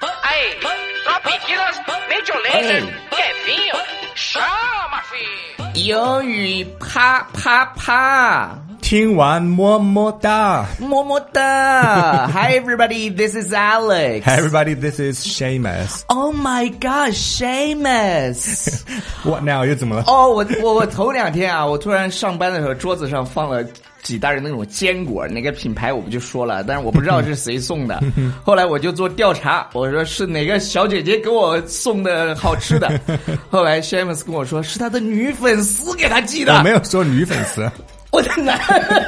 café, lá pedidas mediolentes, quer vinho? Chama, filho! 英语啪啪啪，听完么么哒。么么 哒。Hi everybody, this is Alex. Hey everybody, this is Seamus. Oh my God, Seamus. What now？又怎么了？哦，我我我头两天啊，我突然上班的时候，桌子上放了几袋的那种坚果，哪个品牌我不就说了，但是我不知道是谁送 的。后来我就做调查，我说是哪个小姐姐给我送的好吃 的。后来 Shamus 跟我说是他的女粉丝给他寄的，我没有说女粉丝，我的男。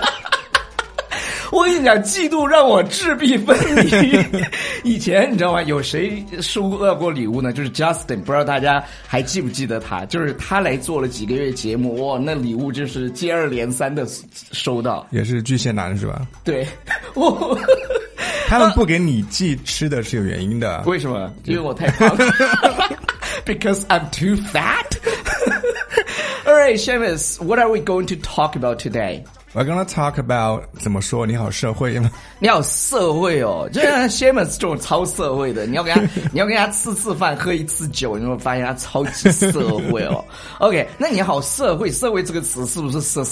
我跟你讲，嫉妒让我质壁分离。 以前你知道吗？有谁收到过礼物呢？就是 Justin，不知道大家还记不记得他？就是他来做了几个月节目，哇，那礼物就是接二连三的收到。也是巨蟹男是吧？对，我。他们不给你寄吃的是有原因的为什么？因为我太胖了 ，because I'm too fat 。All right, Shamus, what are we going to talk about today? We're gonna talk about 怎么说你好社 会吗？你好社会 哦，就像 Shamus 这种超社会的，你要给他，你要给他吃次饭，喝一次酒，你会发现他超级社会 哦。OK，那你好社会，社会这个词是不是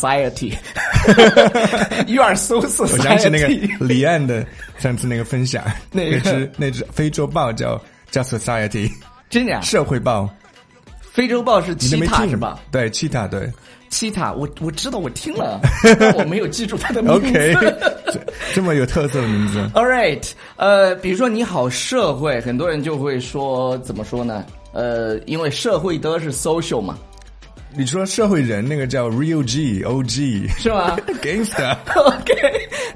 society？You are so 我想起那个 society。李岸的上次那个分享，哎那那个只那只非洲豹叫叫 Society 真的啊，社会豹，非洲豹是你都七没塔听是吧？？对，七塔 对。七塔，我我知道，我听 了，但我没有记住它的 名字。 OK，这这么有特色的名字。 All right，呃，比如说你好社会，很多人就会说怎么说呢？呃，因为社会的是 social 嘛，你说社会人那个叫 Real G O G 是吗？ Gangster， OK，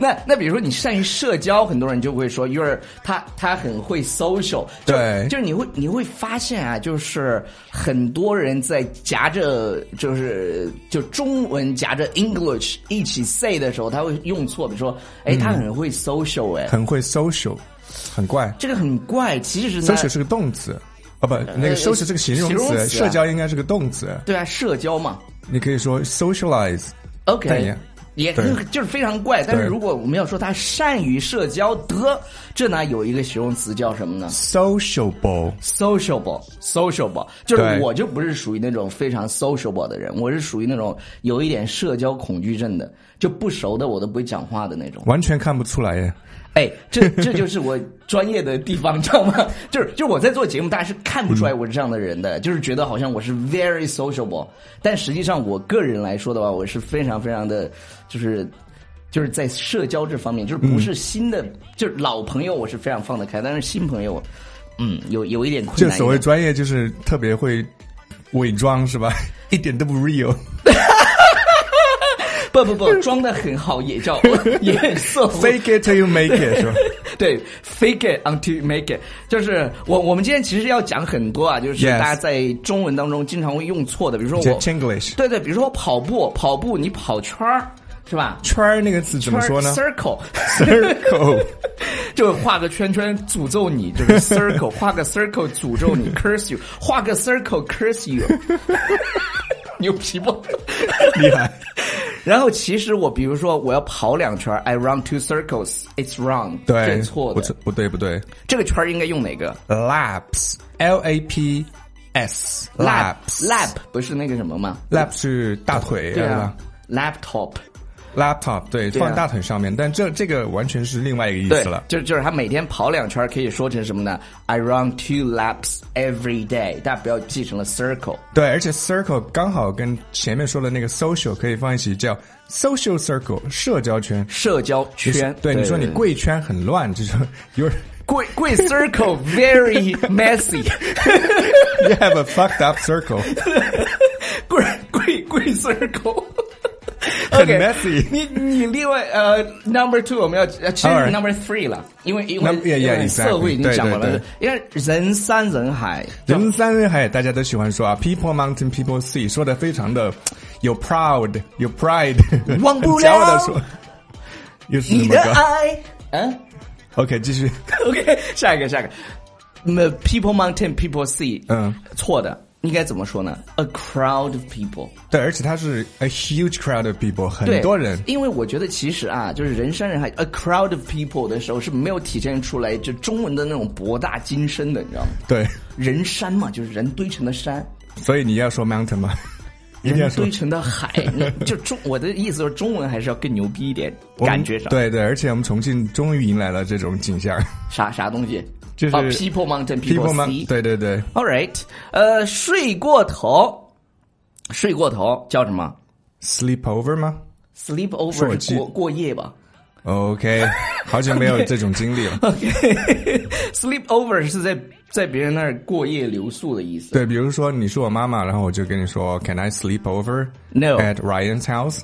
那那比如说你善于社交，很多人就会说 you're 他他很会 social，就对就是你会你会发现啊，就是很多人在夹着就是就中文夹着 English 一起 say 的时候，他会用错，比如说哎，他很会 social，哎、嗯很会 social，很怪。这个很怪，其实呢 social 是个动词，哦不，那个 social 是个形容呃形容词啊词，社交应该是个动词。对啊，社交嘛你可以说 socialize，但，OK 也。也对 就是非常怪，但是对如果我们要说他善于社交的，这呢有一个形容词叫什么呢？ sociable。 sociable sociable，就是对我就不是属于那种非常 sociable 的人，我是属于那种有一点社交恐惧症的，就不熟的我都不会讲话的那种。完全看不出来耶，哎， 这这就是我专业的地方，你知道吗？就是就是我在做节目，大家是看不出嗯来我是这样的人的，就是觉得好像我是 very sociable，但实际上我个人来说的话，我是非常非常的，就是。就是在社交这方面，就是不是新嗯的，就是老朋友我是非常放得开，但是新朋友，嗯，有有一点困就难一点。所谓专业就是特别会伪装是吧？ 一点都不 real。不不嗯不，装的很好也叫 也社 会 Fake it till you make it 是吧？对 fake it until you make it，就是我我们今天其实要讲很多啊，就是 Yes 大家在中文当中经常会用错的，比如说叫我 Chinglish 对对，比如说我跑步跑步你跑圈儿是吧？圈儿那个词怎么说呢 circle ？Circle 就画个圈圈诅咒你，就是 circle 画个 circle 诅咒 你 curse you，画个 circle curse you，牛皮不？厉害， 然后其实我比如说我要跑两圈儿，I run two circles，it's wrong，这对是，错不的。不对不对这个圈儿应该用哪个，Laps L A P S Laps lap 不是那个什么吗？ Lap 是大腿对是啊吧，laptop。 ？Laptop 对，对啊放大腿上面，但这这个完全是另外一个意对思了，。就就是他每天跑两圈儿，可以说成什么呢？I run two laps every day。大家不要记成了 circle。对，而且 circle 刚好跟前面说的那个 social 可以放一起，叫 social circle 社交圈。社交圈，对，你说你贵圈很乱，就是 you're 贵贵 circle very messy， you have a fucked up circle，贵贵贵 circle 很 OK， messy 你你另外呃，number two 我们要呃其实 Alright number three 了，因为因为 Num- yeah, yeah, 因为 exactly，社会已经对讲对完了对，因为人山人海，人山人海，大家都喜欢说啊，people mountain people sea，说的非常的有 proud 有 pride，忘不了很骄傲的说，又是什你么的歌爱，嗯？OK，继续， 嗯，OK，下一个下一个，那 people mountain people sea，嗯，错的应该怎么说呢？A crowd of people，对，而且它是 a huge crowd of people，对很多人。因为我觉得其实啊，就是人山人海，a crowd of people 的时候是没有体现出来就中文的那种博大精深的，你知道吗？对，人山嘛，就是人堆成的山，所以你要说 mountain 吗？一定要人说堆成的 海。那就中我的意思就是中文还是要更牛逼一点，我们感觉上。对对，而且我们重庆终于迎来了这种景象啥啥东西？就是啊，people mountain ，people people m o sea。对对对 All right，呃，睡过头，睡过头叫什么，sleep over 吗？sleep 手 over 机是过过夜 吧？OK，好久没有这种经历了。 ？OK，sleep over 是在在别人那儿过夜留宿的意思。对，比如说你是我妈妈，然后我就跟你说，Can I sleep over No at Ryan's house？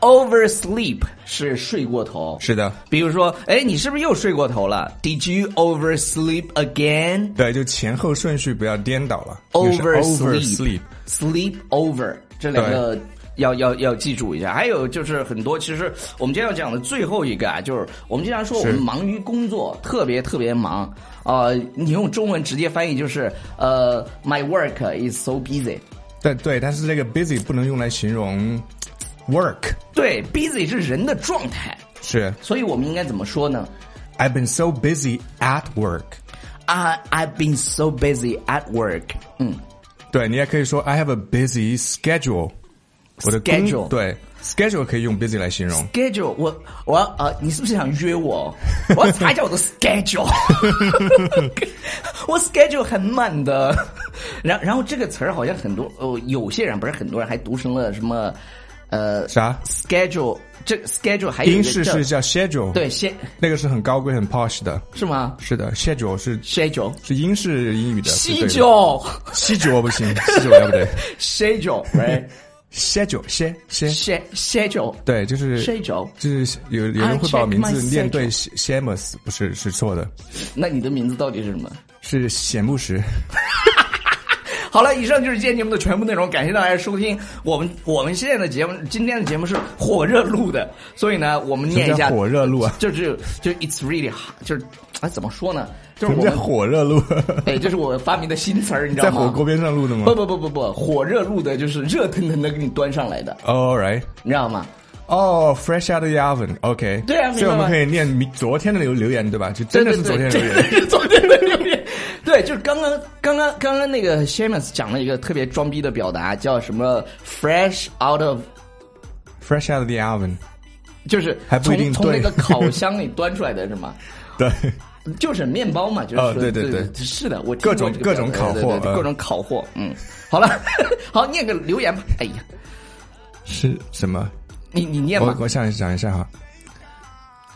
OK，oversleep、是睡过头。是的，比如说，哎，你是不是又睡过头了？Did you oversleep again? 对，就前后顺序不要颠倒了。就是 Oversleep, oversleep， sleep over 这两个要要要记住一下。还有就是很多，其实我们今天要讲的最后一个啊，就是我们经常说我们是忙于工作，特别特别忙。呃，你用中文直接翻译就是呃，my work is so busy。对对，但是这个 busy 不能用来形容 work。对，busy 是人的状态，是所以我们应该怎么说呢？ ，I've been so busy at work。 I I've been so busy at work。嗯，对你也可以说 I have a busy schedule。我的工 Schedule 对 schedule 可以用 busy 来形容。 schedule，我我要呃，你是不是想约 我？我要查一下我的 schedule，我 schedule 很满的。然然后这个词儿好像很多哦，有些人不是很多人还读成了什么呃啥？ schedule，这 schedule 还有一英个式叫是叫 schedule，对，先那个是很高贵、很 posh 的。是吗是的，schedule 是？schedule 是英式英语的。是对的 schedule 西酒不 行，西酒要不得。 schedule right 歇酒歇歇， Sche- schedule 对，就是歇酒就是有有人会 I 把我名 check 字 my 念对歇歇姆斯，不是是错的，那你的名字到底是什么？是显木石。好了，以上就是今天节目的全部内容，感谢大家收听。我们我们现在的节目，今天的节目是火热录的，所以呢，我们念一什么下叫火热录啊就是就是 it's really hot，就是啊怎么说呢？就什是 么我叫们火热路？哎，这是我发明的新词儿，你知道在吗？火锅边上录的吗不不不不不，火热录的就是热腾腾的给你端上来的， ？All right，你知道吗？哦、f r e s h out of the oven，OK、对啊明白吗所以我们可以念明昨天的留留言，对吧？就真的是昨天的对留对言。对 真的是昨天的留言。对，就是刚刚刚刚刚刚那个 Shamus 讲了一个特别装逼的表达，叫什么 “fresh out of”， Fresh out of the oven，就是还不从一定从那对个烤箱里端出来的是 吗？对，就是面包嘛，就是哦说对对对对是的，我听各种过这个各种表达烤对货对对嗯各种烤货，嗯，好了，好念个留言吧，哎呀，是什么？你你念我吧，我想想一下哈。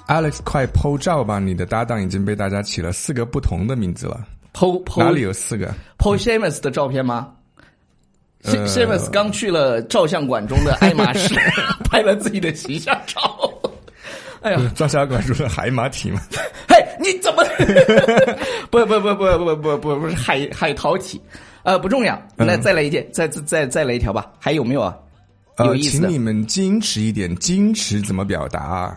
Alex，快剖照吧！你的搭档已经被大家起了四个不同的名字了，剖哪里剖有四个？ 剖 Shamus 的照片吗呃？Shamus 刚去了照相馆中的爱马仕， 拍了自己的形象照。哎呀，照相馆住的海马体吗？嘿，你怎么？ 不不不不不不不不是海海淘体，呃，不重要。那嗯再来一件，再再再再来一条吧，还有没有啊？有呃，意思的请你们矜持一点，矜持怎么表达啊？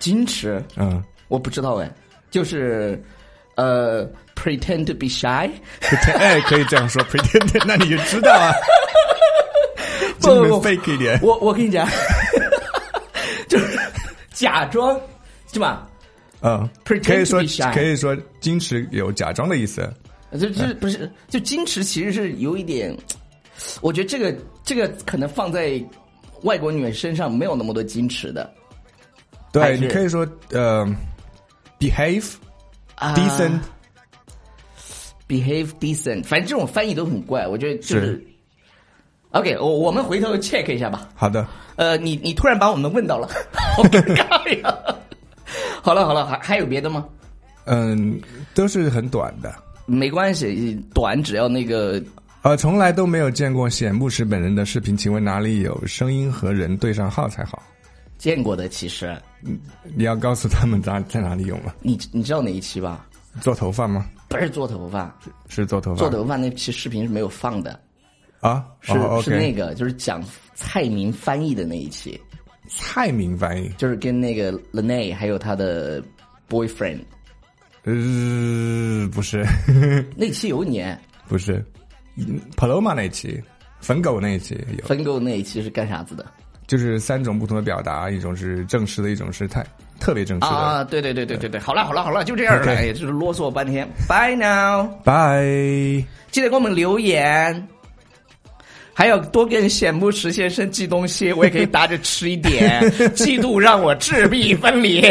矜持， 嗯我不知道哎，就是呃，pretend to be shy， ，pretend，哎，可以这样说，pretend，那你就知道啊。不请你们不不 fake 一点，我我跟你讲，就是假装是吧？嗯， pretend 可以说 to be shy 可以说矜持有假装的意思，就就是不是就矜持，其实是有一点，我觉得这个这个可能放在外国女人身上没有那么多矜持的。还对，是你可以说呃，behave 啊 decent， behave decent，反正这种翻译都很怪，我觉得就是。是 OK，我我们回头 check 一下吧。好的，呃，你你突然把我们问到了， 好尴尬呀！ 好了好了，还还有别的吗？嗯，都是很短的，没关系，短只要那个呃，从来都没有见过显牧师本人的视频，请问哪里有声音和人对上号才好？见过的，其实你要告诉他们在在哪里有吗？你你知道哪一期吧？做头发吗？不是做头发，是做头发？做头发那期视频是没有放的，啊？是、哦、是那个个就是讲蔡明翻译的那一期，蔡明翻译就是跟那个 Lene 还有她的 boyfriend 呃，不是，那期有你，不是嗯，Paloma 那一期，粉狗那一期有，分购那一期是干啥子的？就是三种不同的表达，一种是正式的，一种是太特别正式啊，的。对对对对对对，好了好了好了，就这样了， OK 哎，就是啰嗦半天。Bye now，拜。记得给我们留言，还有多跟显木石先生寄东西，我也可以搭着吃一点。嫉妒让我质壁分离。